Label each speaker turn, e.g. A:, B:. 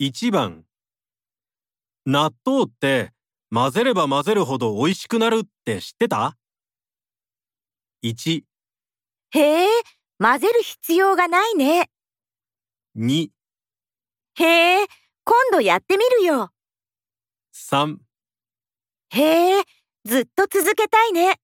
A: 1番納豆って混ぜれば混ぜるほど美味しくなるって知ってた ?1、
B: へえ、混ぜる必要がないね。
A: 2、
B: へえ、今度やってみるよ。
A: 3
B: へえ、ずっと続けたいね。